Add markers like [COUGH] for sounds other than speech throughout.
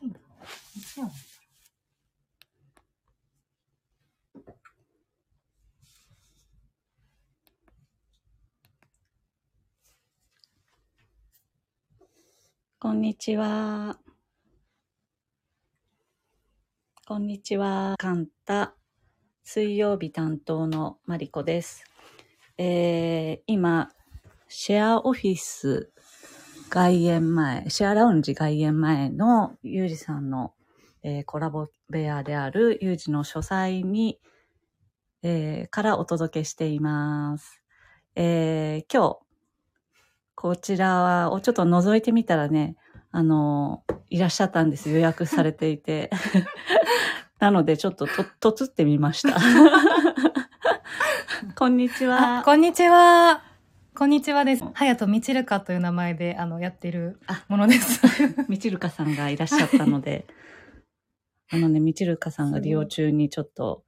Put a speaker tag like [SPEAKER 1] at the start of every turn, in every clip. [SPEAKER 1] なんだ
[SPEAKER 2] こんにちは。こんにちは。カンタ。水曜日担当のマリコです。えー、今、シェアオフィス外苑前、シェアラウンジ外苑前のユージさんの、えーコラボ部屋であるユージの書斎に、えーからお届けしています。えー今日、こちらをちょっと覗いてみたらね、あの、いらっしゃったんです。予約されていて。なので、ちょっとと、とつってみました。 [LAUGHS] こんにち
[SPEAKER 1] あ
[SPEAKER 2] は。
[SPEAKER 1] こんにちは。こんにちはです。はやとみちるかという名前で、あの、やっている
[SPEAKER 2] あ
[SPEAKER 1] もの [LAUGHS] です。
[SPEAKER 2] みちるかさんがいらっしゃったので、あのね、みちるかさんが利用中にちょっと、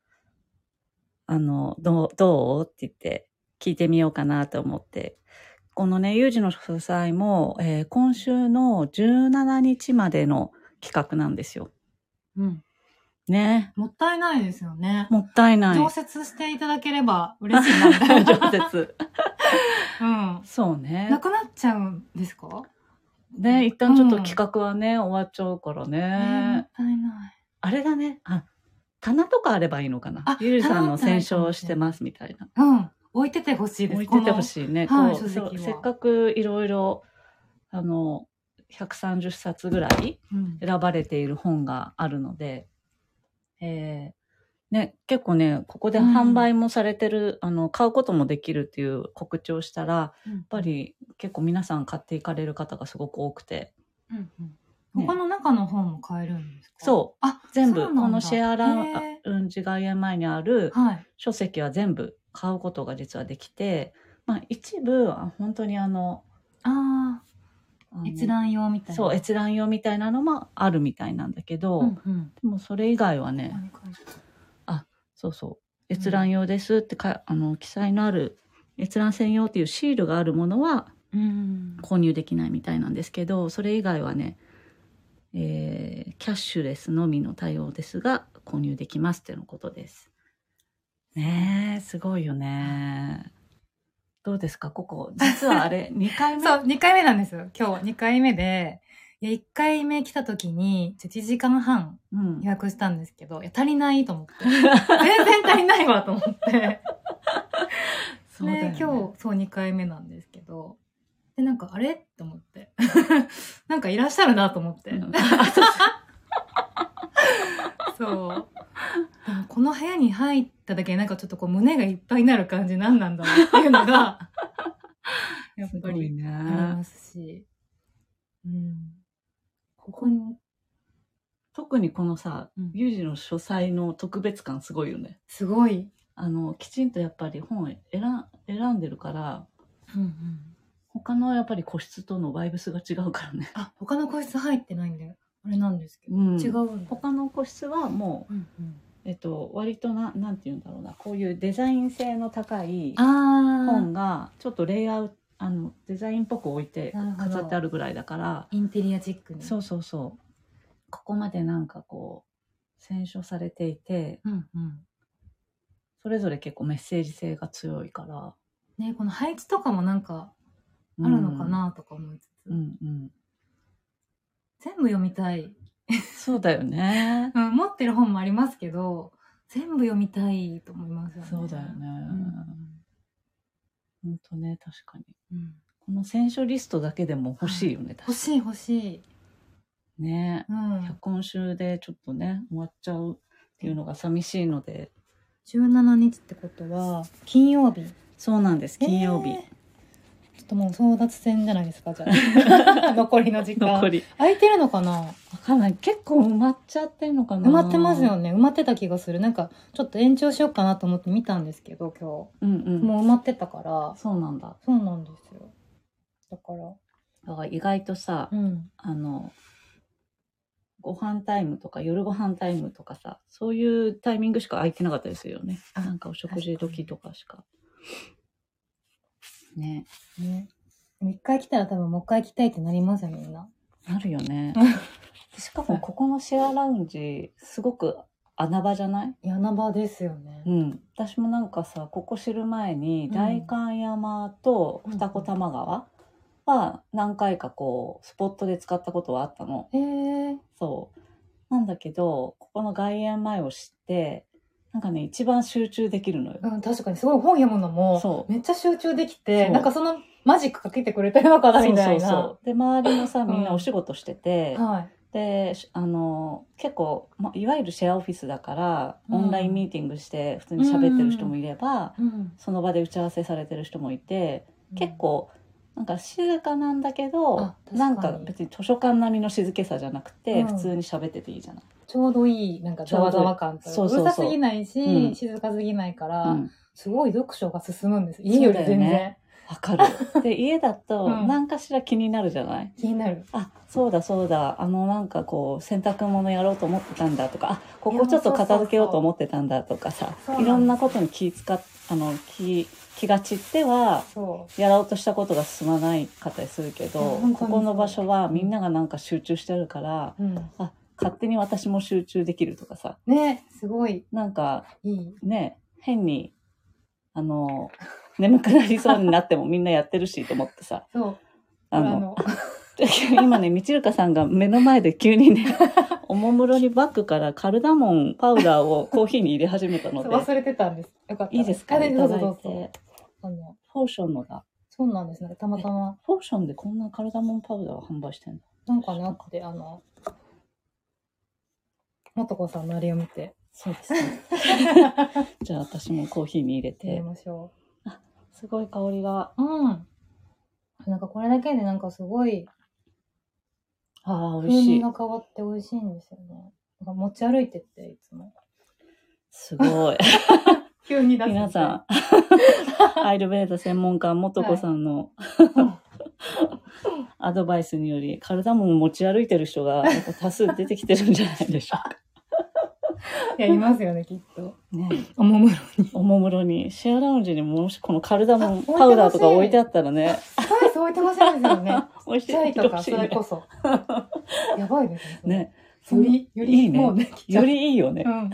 [SPEAKER 2] あの、どう、どうって言って、聞いてみようかなと思って。このね、有事の夫妻も、えー今週の17日までの企画なんですよ。
[SPEAKER 1] うん。
[SPEAKER 2] ね。
[SPEAKER 1] もったいないですよね。
[SPEAKER 2] もったいない。
[SPEAKER 1] 常設していただければ嬉しいな、み [LAUGHS] たい
[SPEAKER 2] [LAUGHS] 常
[SPEAKER 1] な。
[SPEAKER 2] 設。
[SPEAKER 1] うん。
[SPEAKER 2] そう
[SPEAKER 1] な
[SPEAKER 2] ね。
[SPEAKER 1] くなっちゃうんですか
[SPEAKER 2] ね、一旦ちょっと企画はね、終わっちゃうから
[SPEAKER 1] えーもっ
[SPEAKER 2] ね。
[SPEAKER 1] たいない。
[SPEAKER 2] あれだね。あ、棚とかあればいいのかな
[SPEAKER 1] あ。
[SPEAKER 2] ゆりさんの
[SPEAKER 1] 棚
[SPEAKER 2] 選
[SPEAKER 1] あったらいいか
[SPEAKER 2] 書
[SPEAKER 1] もしれな
[SPEAKER 2] してま
[SPEAKER 1] い
[SPEAKER 2] すみたいな。
[SPEAKER 1] うん。置いててほしいです。
[SPEAKER 2] 置いててほ
[SPEAKER 1] い。
[SPEAKER 2] しいね。
[SPEAKER 1] このはい
[SPEAKER 2] こう
[SPEAKER 1] 書籍は
[SPEAKER 2] そうせっかくいろいろ、あの、130冊ぐらい
[SPEAKER 1] うん。
[SPEAKER 2] 選ばれている本があるので、えーね、結構ね、ここで販売もされてる、あの、買うこともできるっていう告知をしたら、
[SPEAKER 1] やっ
[SPEAKER 2] やっぱ。り結構皆さん買っていかれる方がすごく多くて、
[SPEAKER 1] うんうん。
[SPEAKER 2] ね
[SPEAKER 1] 他の中の本も買えるんですかう。
[SPEAKER 2] そう、
[SPEAKER 1] あ、
[SPEAKER 2] 全
[SPEAKER 1] そ
[SPEAKER 2] 部、
[SPEAKER 1] うなんだ
[SPEAKER 2] このシェアラウン
[SPEAKER 1] へ
[SPEAKER 2] ラウンジ外苑前にある
[SPEAKER 1] ーはい。
[SPEAKER 2] 書籍は全部買うことが実はできて、まあ一部、あ本当にあの、
[SPEAKER 1] あ
[SPEAKER 2] あの
[SPEAKER 1] あ、閲覧用みたいな。
[SPEAKER 2] そう、閲覧用みたいなのもあるみたいなんだけど、
[SPEAKER 1] うんうん。
[SPEAKER 2] でもそれ以外はね、
[SPEAKER 1] 何書いて
[SPEAKER 2] そうそう、閲覧用ですってか、あの、記載のある、閲覧専用っていうシールがあるものは
[SPEAKER 1] うん。
[SPEAKER 2] 購入できないみたいなんですけどそれ以外はね、えーキャッシュレスのみの対応ですが購入できますってのことですねえすごいよねどうですかここ実はあ [LAUGHS] れ2回目
[SPEAKER 1] そう、2回目なんですよ。今日2回目で。いや、1回目来た時に、ちょ1時間半
[SPEAKER 2] うん
[SPEAKER 1] 予約したんですけど、いや、足りないと思って。全然足りないわと思って。
[SPEAKER 2] そうだよね
[SPEAKER 1] で今日、そう2回目なんですけど。で、なんか、あれと思って。 [LAUGHS] なんかいらっしゃるなと思って。
[SPEAKER 2] [LAUGHS] うん
[SPEAKER 1] そう。でもこの部屋に入っただけでなんかちょっとこう胸がいっぱいになる感じなんなんだろうっていうのが、や
[SPEAKER 2] [LAUGHS]
[SPEAKER 1] っ
[SPEAKER 2] す
[SPEAKER 1] ぱ
[SPEAKER 2] ごい
[SPEAKER 1] り
[SPEAKER 2] ね
[SPEAKER 1] ありますし。うん。ここに、
[SPEAKER 2] 特にこのさ
[SPEAKER 1] うん
[SPEAKER 2] ユージの書斎の特別感すごいよね
[SPEAKER 1] すごい。
[SPEAKER 2] あのきちんとやっぱり本を選選んでるから
[SPEAKER 1] うんうん。
[SPEAKER 2] 他のやっぱり個室とのバイブスが違うからね、
[SPEAKER 1] あ、他の個室入ってないんで、あれなんですけど。
[SPEAKER 2] うん
[SPEAKER 1] 違うんだ。
[SPEAKER 2] 他の個室はもう
[SPEAKER 1] うんうん、
[SPEAKER 2] えっと、割とななんて言うんだろうなこういうデザイン性の高い
[SPEAKER 1] あ
[SPEAKER 2] 本がちょっとレイアウトあのデザインっぽく置いて
[SPEAKER 1] なるほど
[SPEAKER 2] 飾ってあるぐらいだから
[SPEAKER 1] あ、インテリアチックに。
[SPEAKER 2] そうそうそうここまでなんかこう選書されていて
[SPEAKER 1] うんうん。
[SPEAKER 2] それぞれ結構メッセージ性が強いから
[SPEAKER 1] ね、この配置とかもなんか
[SPEAKER 2] うん
[SPEAKER 1] あるのかなとか思いつつ、
[SPEAKER 2] うんうん
[SPEAKER 1] 全部読みたい。
[SPEAKER 2] そうだよね
[SPEAKER 1] うん、持ってる本もありますけど、全部読みたいと思いますよね。
[SPEAKER 2] そうだよねほんとね確かに
[SPEAKER 1] うん。うん
[SPEAKER 2] この選書リストだけでも欲しいよね、
[SPEAKER 1] 欲しい欲しい。
[SPEAKER 2] いね
[SPEAKER 1] うん
[SPEAKER 2] いや。今週でちょっとね終わっちゃうっていうのが寂しいので
[SPEAKER 1] 17日ってことは、金曜日。
[SPEAKER 2] そうなんです。金曜日。
[SPEAKER 1] えーちょっともう争奪戦じゃないですか、じゃ
[SPEAKER 2] [LAUGHS]
[SPEAKER 1] あ。残りの時間。
[SPEAKER 2] 残り。
[SPEAKER 1] 空いてるのかな
[SPEAKER 2] わかんない。結構埋まっちゃってんのかな。
[SPEAKER 1] 埋まってますよ。ね。埋まってた気がする。なんか、ちょっと延長しようかなと思って見たんですけど、今
[SPEAKER 2] うん
[SPEAKER 1] 日。
[SPEAKER 2] うん。
[SPEAKER 1] もう埋まってたから、
[SPEAKER 2] そうなんだ。
[SPEAKER 1] そうなんですよ。だから、
[SPEAKER 2] だから意外とさ、
[SPEAKER 1] うん。
[SPEAKER 2] あの、ご飯タイムとか夜ご飯タイムとかさ、そういうタイミングしか空いてなかったですよね。
[SPEAKER 1] あ
[SPEAKER 2] なんかお食事時とかしか。ね。
[SPEAKER 1] ね。でも一回来たら多分もう一回来たいってなりますよ、みんな。 [LAUGHS]
[SPEAKER 2] あるよね。しかもここのシェアラウンジ、すごく穴場じゃない
[SPEAKER 1] 柳場ですよね
[SPEAKER 2] う。ん。私もなんかさ、ここ知る前に、
[SPEAKER 1] うん
[SPEAKER 2] 代官山と二子玉川は何回かこう、スポットで使ったことはあったの。
[SPEAKER 1] へえ
[SPEAKER 2] そう。なんだけど、ここの外苑前を知って、なんかね、一番集中できるのよ。
[SPEAKER 1] うん、確かにすごい本読むのも、
[SPEAKER 2] そう。
[SPEAKER 1] めっちゃ集中できて、
[SPEAKER 2] そう
[SPEAKER 1] なんかそのマジックかけてくれてるのかなみた
[SPEAKER 2] そ
[SPEAKER 1] いな。
[SPEAKER 2] うそうそう。で、周りもさ、
[SPEAKER 1] ん
[SPEAKER 2] みんなお仕事してて、
[SPEAKER 1] はい。
[SPEAKER 2] で、しあの、結構、ま、いわゆるシェアオフィスだから、
[SPEAKER 1] うん
[SPEAKER 2] オンラインミーティングして普通に喋ってる人もいれば、
[SPEAKER 1] うん、
[SPEAKER 2] その場で打ち合わせされてる人もいて、結構、なんか静かなんだけど
[SPEAKER 1] あ、確かに
[SPEAKER 2] なんか別に図書館並みの静けさじゃなくて、
[SPEAKER 1] うん
[SPEAKER 2] 普通に喋ってていいじゃない。
[SPEAKER 1] ちょうどいい、なんか
[SPEAKER 2] ち
[SPEAKER 1] ざ
[SPEAKER 2] ょうどい
[SPEAKER 1] わ
[SPEAKER 2] い
[SPEAKER 1] ざわ感というか、
[SPEAKER 2] そうそうそう
[SPEAKER 1] るさすぎないし、
[SPEAKER 2] うん
[SPEAKER 1] 静かすぎないから、
[SPEAKER 2] うん
[SPEAKER 1] すごい読書が進むんです。家より
[SPEAKER 2] そうだ
[SPEAKER 1] 全
[SPEAKER 2] よ
[SPEAKER 1] 然、
[SPEAKER 2] ねわかる。
[SPEAKER 1] [LAUGHS]
[SPEAKER 2] で、家だと、
[SPEAKER 1] うん
[SPEAKER 2] 何かしら気になるじゃない、
[SPEAKER 1] 気になる。
[SPEAKER 2] あ、そうだそうだ、あのなんかこう、洗濯物やろうと思ってたんだとか、あ、ここちょっと片付けようと思ってたんだとかさ
[SPEAKER 1] そう、なん
[SPEAKER 2] い
[SPEAKER 1] です
[SPEAKER 2] ろんなことに気使っ、あの、気、気が散っては、
[SPEAKER 1] そ
[SPEAKER 2] やろうとしたことが進まない方にするけど、
[SPEAKER 1] いや本当に
[SPEAKER 2] ここの場所はみんながなんか集中してるから、
[SPEAKER 1] う。うん。
[SPEAKER 2] あ、勝手に私も集中できるとかさ、
[SPEAKER 1] ね、すごい
[SPEAKER 2] なんか
[SPEAKER 1] いい。
[SPEAKER 2] ね、変に、あの、眠くなりそうになってもみんなやってるしと思ってさ、
[SPEAKER 1] そう。
[SPEAKER 2] あ
[SPEAKER 1] あ
[SPEAKER 2] の、
[SPEAKER 1] の
[SPEAKER 2] [LAUGHS] 今ね、みちるかさんが目の前で急にね、おもむろにバッグからカルダモンパウダーをコーヒーに入れ始めたの
[SPEAKER 1] [LAUGHS] そう
[SPEAKER 2] で、
[SPEAKER 1] 忘れてたんです。よかった。
[SPEAKER 2] いいですか
[SPEAKER 1] あ
[SPEAKER 2] ね、
[SPEAKER 1] で
[SPEAKER 2] い
[SPEAKER 1] ど
[SPEAKER 2] ただ
[SPEAKER 1] うぞ
[SPEAKER 2] い
[SPEAKER 1] どうぞ。
[SPEAKER 2] て。
[SPEAKER 1] あの、
[SPEAKER 2] フォーションのだ。
[SPEAKER 1] そうなんですね。たまたま、
[SPEAKER 2] フォーションでこんなカルダモンパウダーを販売してんの
[SPEAKER 1] なんかなって、あの、もとこさんのあれを見て、
[SPEAKER 2] そうですね。じゃあ私もコーヒーに入れ
[SPEAKER 1] 入れ
[SPEAKER 2] て、
[SPEAKER 1] ましょ
[SPEAKER 2] すごい香りが、
[SPEAKER 1] う。うん。なんかこれだけでなんかすごい
[SPEAKER 2] ああ、美
[SPEAKER 1] 風
[SPEAKER 2] 味し
[SPEAKER 1] 味
[SPEAKER 2] い。
[SPEAKER 1] が変わって美味しいんですよね。なんか持ち歩いてって、いつも。
[SPEAKER 2] すごい。
[SPEAKER 1] 急に出す。
[SPEAKER 2] [LAUGHS] 皆
[SPEAKER 1] [LAUGHS]
[SPEAKER 2] さん、アイルベーダ専門家、もとこさんの、アドバイスにより、カルダモンを持ち歩いてる人がやっぱ多数出てきてるんじゃないでしょうか。
[SPEAKER 1] いや、います [LAUGHS] よね、きっと。
[SPEAKER 2] ね、
[SPEAKER 1] おもむろに。
[SPEAKER 2] おもむろに、シェアラウンジにもしこのカルダモン
[SPEAKER 1] あ置いてほしい
[SPEAKER 2] パウダーとか置いてあったらね、
[SPEAKER 1] スパイス置いてませんですよね。
[SPEAKER 2] [LAUGHS] 美味し
[SPEAKER 1] チャイとか、
[SPEAKER 2] しい
[SPEAKER 1] それ
[SPEAKER 2] [LAUGHS]
[SPEAKER 1] こそ。やばいですね。
[SPEAKER 2] ね。
[SPEAKER 1] より、より、
[SPEAKER 2] いいね
[SPEAKER 1] もうね、来ちゃ
[SPEAKER 2] よ
[SPEAKER 1] う。
[SPEAKER 2] りいいよね [LAUGHS]
[SPEAKER 1] う。ん。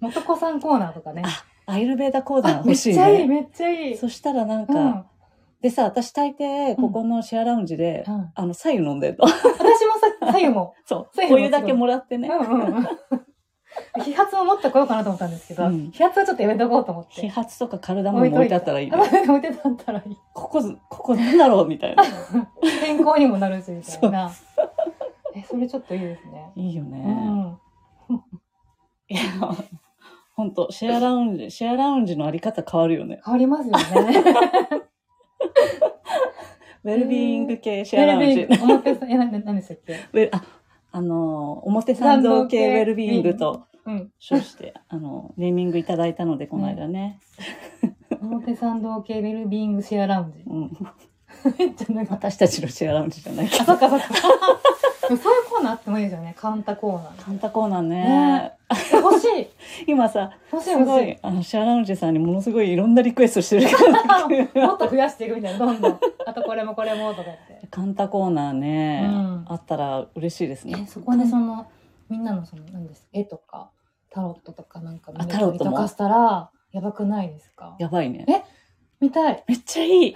[SPEAKER 1] 元子さんコーナーとかね。
[SPEAKER 2] アイルベーダコーナー
[SPEAKER 1] あめ
[SPEAKER 2] 欲
[SPEAKER 1] っ
[SPEAKER 2] しい
[SPEAKER 1] ちゃい
[SPEAKER 2] ね。
[SPEAKER 1] い、めっちゃいい。
[SPEAKER 2] そしたらなん
[SPEAKER 1] うん。う
[SPEAKER 2] か、
[SPEAKER 1] ん
[SPEAKER 2] でさ、私大抵、ここのシェアラウンジで、あの、白湯飲んでるの。 [LAUGHS]
[SPEAKER 1] 私もさ、左右も。
[SPEAKER 2] そう
[SPEAKER 1] 白。湯
[SPEAKER 2] お湯だけもらって
[SPEAKER 1] う
[SPEAKER 2] ね。
[SPEAKER 1] んうんうん。飛発を持ってこようかなと思ったんですけど、
[SPEAKER 2] うん
[SPEAKER 1] 飛発はちょっとやめとこうと思っ
[SPEAKER 2] 揮
[SPEAKER 1] て。
[SPEAKER 2] 発とかカルダモンも置いてあったらいいね。
[SPEAKER 1] あ置いてたったらいい。
[SPEAKER 2] ここ、ここなんだろうみ [LAUGHS] たいな。
[SPEAKER 1] 健康にもなるし、みたいな。え、それちょっといいですね。
[SPEAKER 2] いいよ
[SPEAKER 1] う
[SPEAKER 2] ね。
[SPEAKER 1] ん。
[SPEAKER 2] いや、ほんと、シェアラウンジ、シェアラウンジのあり方変わるよね。
[SPEAKER 1] 変わりますよね。
[SPEAKER 2] ウェルビーイング系シェア
[SPEAKER 1] ベ
[SPEAKER 2] ラ
[SPEAKER 1] ル
[SPEAKER 2] ウン
[SPEAKER 1] ビ
[SPEAKER 2] ジ
[SPEAKER 1] ン。グ、表さん、え、な、な何でしたっけ
[SPEAKER 2] [LAUGHS] ウェルあ、あのー、表参道系ウェルビーイングと
[SPEAKER 1] うん。
[SPEAKER 2] 称して、あの、ネーミングいただいたので、この間ね。
[SPEAKER 1] 表参道系ベルビングシェアラウンジ。 [LAUGHS]
[SPEAKER 2] うん。
[SPEAKER 1] めっちゃなんか、
[SPEAKER 2] 私たちのシェアラウンジじゃないけ
[SPEAKER 1] あ、
[SPEAKER 2] ど。 [LAUGHS]
[SPEAKER 1] そっかそっか。でもそういうコーナーあってもいいですよね。カウンターコーナー。
[SPEAKER 2] カンタコーナーね
[SPEAKER 1] ね。え欲しい
[SPEAKER 2] 今さ、
[SPEAKER 1] 欲しい
[SPEAKER 2] すご
[SPEAKER 1] 欲し
[SPEAKER 2] い、あの、シェアラウンジさんにものすごいいろんなリクエストしてる [LAUGHS] から、ね
[SPEAKER 1] い。、もっと増やしていくみたいな、どんど
[SPEAKER 2] [LAUGHS]
[SPEAKER 1] ん。あとこれもこれもとか言って。
[SPEAKER 2] カンタコーナーね、
[SPEAKER 1] うん
[SPEAKER 2] あったら嬉しいですね
[SPEAKER 1] え。そこでそのみんなのその何ですか絵とかタロットとかなんか見
[SPEAKER 2] あタロットも
[SPEAKER 1] とかしたらやばくないですか
[SPEAKER 2] やばいね
[SPEAKER 1] え。見たい
[SPEAKER 2] めっちゃ
[SPEAKER 1] [LAUGHS]
[SPEAKER 2] いい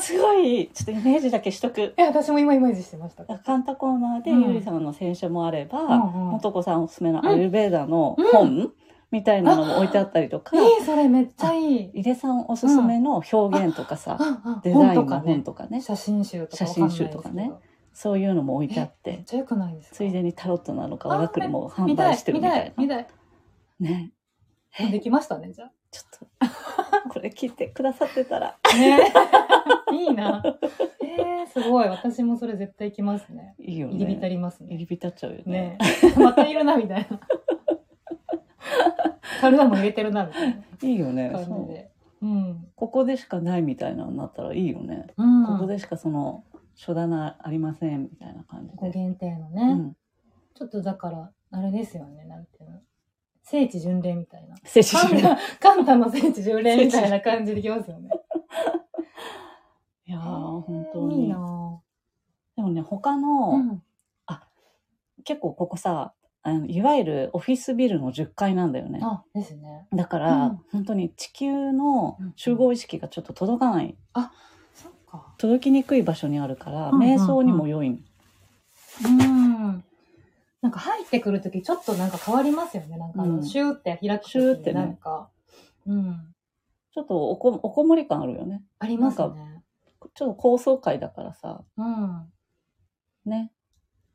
[SPEAKER 2] すごいちょっとイメージだけしとく。
[SPEAKER 1] え私も今イメージしてました
[SPEAKER 2] カンタコーナーで
[SPEAKER 1] うん
[SPEAKER 2] ゆりさんの選書もあれば、
[SPEAKER 1] んうん
[SPEAKER 2] もとこさんおすすめの
[SPEAKER 1] ん
[SPEAKER 2] アイルベーダの本、みたいなのも置いてあったりとか、
[SPEAKER 1] いいそれめっちゃいい
[SPEAKER 2] 井出さんおすすめの表現とかさ、
[SPEAKER 1] ああ
[SPEAKER 2] デザインの本
[SPEAKER 1] ね
[SPEAKER 2] とかね、
[SPEAKER 1] 写真集とか
[SPEAKER 2] 写真集とかねそういうのも置い
[SPEAKER 1] 見
[SPEAKER 2] てあっ、
[SPEAKER 1] めってちゃよくないですか
[SPEAKER 2] ついでにタロットなのか
[SPEAKER 1] あ
[SPEAKER 2] オラクルも販
[SPEAKER 1] 見た
[SPEAKER 2] 売
[SPEAKER 1] い
[SPEAKER 2] してる
[SPEAKER 1] 見
[SPEAKER 2] みた
[SPEAKER 1] た
[SPEAKER 2] い
[SPEAKER 1] い
[SPEAKER 2] な。
[SPEAKER 1] 見たい
[SPEAKER 2] ね。
[SPEAKER 1] できましたねじゃ
[SPEAKER 2] ちょっと、これ聞いてくださってたら [LAUGHS]
[SPEAKER 1] あねいいなえー、すごい私もそれ絶対行きますね
[SPEAKER 2] いいよね。
[SPEAKER 1] 入り浸りますね
[SPEAKER 2] 入り浸っちゃうよ
[SPEAKER 1] ねまたいるなみたいなカルダも入れてるなみたい
[SPEAKER 2] いいよね
[SPEAKER 1] な。感じ
[SPEAKER 2] そう
[SPEAKER 1] でうん、
[SPEAKER 2] ここでしかないみたいなのになったらいいよね。
[SPEAKER 1] うん、
[SPEAKER 2] ここでしかその書棚ありませんみたいな感じ
[SPEAKER 1] ここ
[SPEAKER 2] で。
[SPEAKER 1] 限定のね、
[SPEAKER 2] うん。
[SPEAKER 1] ちょっとだからあれですよねなんていうの聖地巡礼みたいな
[SPEAKER 2] 接
[SPEAKER 1] カン
[SPEAKER 2] 種
[SPEAKER 1] タカンタの聖地巡礼みたいな感じできますよね
[SPEAKER 2] いやー、
[SPEAKER 1] えー
[SPEAKER 2] 本当
[SPEAKER 1] いい
[SPEAKER 2] に。
[SPEAKER 1] なぁ
[SPEAKER 2] でもね、他
[SPEAKER 1] う
[SPEAKER 2] の、
[SPEAKER 1] ん
[SPEAKER 2] 結構ここさ、あのいわゆるオフィスビルの10階なんだよね。
[SPEAKER 1] あ、ですね。
[SPEAKER 2] だか
[SPEAKER 1] う
[SPEAKER 2] ら、
[SPEAKER 1] ん
[SPEAKER 2] 本当に地球の集合意識がちょっと届かない、
[SPEAKER 1] そっか。
[SPEAKER 2] 届きにくい場所にあるから、
[SPEAKER 1] うんうんうん
[SPEAKER 2] 瞑想にも良いの。
[SPEAKER 1] うん。なんか入ってくるとき、ちょっとなんか変わりますよね。なんかあの、
[SPEAKER 2] うん
[SPEAKER 1] シューって開くとき
[SPEAKER 2] シューってね
[SPEAKER 1] なんか、うん。
[SPEAKER 2] ちょっとおこおこもり感あるよね。
[SPEAKER 1] あります
[SPEAKER 2] な
[SPEAKER 1] ね。
[SPEAKER 2] ちょっと高層階だからさ、
[SPEAKER 1] うん。
[SPEAKER 2] ね。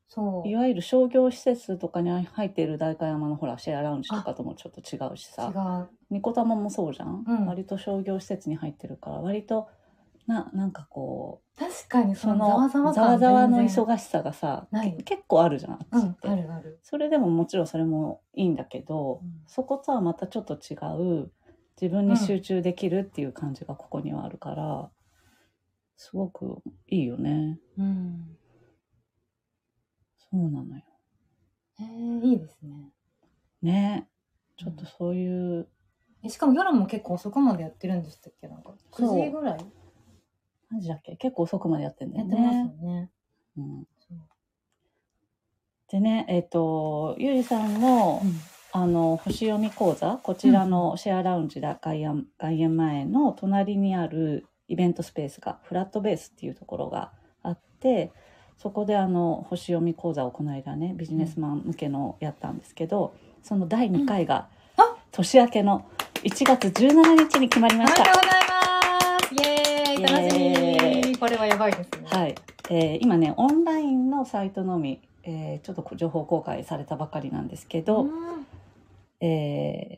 [SPEAKER 1] そう。
[SPEAKER 2] い
[SPEAKER 1] 違う
[SPEAKER 2] わゆる商業施設とかに入っている代官山のほら、シェアラウンジとかともちょっと違うしさ。ニコタマもそうじゃん、
[SPEAKER 1] うん
[SPEAKER 2] 割と商業施設に入ってるから、割と、な、なんかこ
[SPEAKER 1] 確かに
[SPEAKER 2] う、
[SPEAKER 1] そのざわざわ
[SPEAKER 2] ざ
[SPEAKER 1] 感
[SPEAKER 2] わざわの
[SPEAKER 1] 全然
[SPEAKER 2] 忙しさがさ、
[SPEAKER 1] ない
[SPEAKER 2] け結構あるじゃん、あっ
[SPEAKER 1] う
[SPEAKER 2] ちっ
[SPEAKER 1] ん、
[SPEAKER 2] て、
[SPEAKER 1] あるある。
[SPEAKER 2] それでももちろんそれもいいんだけど、
[SPEAKER 1] うん
[SPEAKER 2] そことはまたちょっと違う、自分に集中できるっていう感じがここにはあるから、すごくいいよね。
[SPEAKER 1] うん。
[SPEAKER 2] そうなのよ。
[SPEAKER 1] へえ、いいですね。
[SPEAKER 2] ね。ちょっとそういう、
[SPEAKER 1] えしかも夜も結構遅くまでやってるんでしたっけなんか
[SPEAKER 2] そう
[SPEAKER 1] 9時ぐらい
[SPEAKER 2] 何時だっけ結構遅くまでやってんだ
[SPEAKER 1] や
[SPEAKER 2] よ
[SPEAKER 1] ってますよ
[SPEAKER 2] ね。
[SPEAKER 1] ね。
[SPEAKER 2] うん、
[SPEAKER 1] そう
[SPEAKER 2] でね、えっ、と、ゆりさんの、あの、星読み講座、こちらのシェアラウンジだ、外苑、外苑前の隣にあるイベントスペースが、フラットベースっていうところがあって、そこであの、星読み講座をこの間ね、ビジネスマン向けのやったんですけど、その第2回が、
[SPEAKER 1] うんあ
[SPEAKER 2] 年明けの1月17日に決まり
[SPEAKER 1] お
[SPEAKER 2] ま
[SPEAKER 1] めで
[SPEAKER 2] し
[SPEAKER 1] とう
[SPEAKER 2] た。
[SPEAKER 1] ございますイエ
[SPEAKER 2] イエ
[SPEAKER 1] ーイ
[SPEAKER 2] ーイ
[SPEAKER 1] 楽しみこれはやばいですね。
[SPEAKER 2] はい、えー今ねオンラインのサイトのみ、えーちょっとこう情報公開されたばかりなんですけど、
[SPEAKER 1] うん
[SPEAKER 2] えー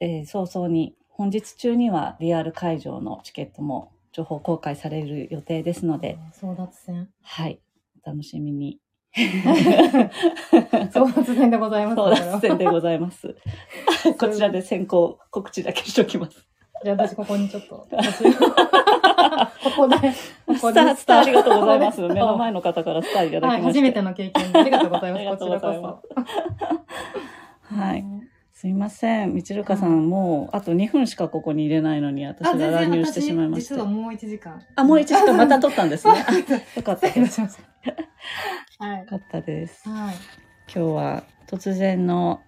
[SPEAKER 2] えー早々に本日中にはリアル会場のチケットも情報公開される予定ですので、
[SPEAKER 1] 争奪戦。
[SPEAKER 2] はいお楽しみ
[SPEAKER 1] [LAUGHS]
[SPEAKER 2] に
[SPEAKER 1] 争奪戦でございます。
[SPEAKER 2] 争奪
[SPEAKER 1] これは
[SPEAKER 2] 戦でございます
[SPEAKER 1] [LAUGHS]
[SPEAKER 2] こちらで先行告知だけしておきます
[SPEAKER 1] じゃあ私ここにちょっ
[SPEAKER 2] [LAUGHS]
[SPEAKER 1] と。ここで。ここ
[SPEAKER 2] ス
[SPEAKER 1] で
[SPEAKER 2] タースターありがとうございます
[SPEAKER 1] ここ
[SPEAKER 2] 目
[SPEAKER 1] で
[SPEAKER 2] の前の方からスターいただ
[SPEAKER 1] は
[SPEAKER 2] き
[SPEAKER 1] い、
[SPEAKER 2] まし
[SPEAKER 1] 初
[SPEAKER 2] て、
[SPEAKER 1] めての経験でありがとうございま
[SPEAKER 2] ありが
[SPEAKER 1] す。
[SPEAKER 2] と
[SPEAKER 1] こ
[SPEAKER 2] う
[SPEAKER 1] ち
[SPEAKER 2] ご
[SPEAKER 1] ら
[SPEAKER 2] ざいま
[SPEAKER 1] こそ。
[SPEAKER 2] はい
[SPEAKER 1] ね。
[SPEAKER 2] すいません。みちるかさん、もう、あと2分しかここに入れないのに、私
[SPEAKER 1] あ、
[SPEAKER 2] が
[SPEAKER 1] 全
[SPEAKER 2] 乱
[SPEAKER 1] 然
[SPEAKER 2] 入
[SPEAKER 1] 私
[SPEAKER 2] してしまいまし
[SPEAKER 1] 実は
[SPEAKER 2] た。
[SPEAKER 1] もう1時間。
[SPEAKER 2] あ、もう1時間また撮ったんです [LAUGHS] ね。
[SPEAKER 1] 失
[SPEAKER 2] よかった
[SPEAKER 1] 礼い
[SPEAKER 2] で
[SPEAKER 1] た
[SPEAKER 2] す。
[SPEAKER 1] しました。はい
[SPEAKER 2] [LAUGHS] よ。かったです。
[SPEAKER 1] はい。
[SPEAKER 2] 今日は、突然の、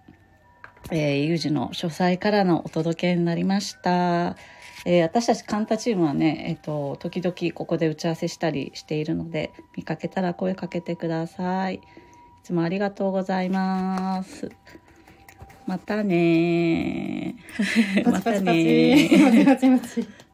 [SPEAKER 2] えー、ゆうじの書斎からのお届けになりました。えー私たちカンタチームはね、えっ、と、時々ここで打ち合わせしたりしているので、見かけたら声かけてください。いつもありがとうございます。またねー。
[SPEAKER 1] パチパチパチ。パチパチパチ。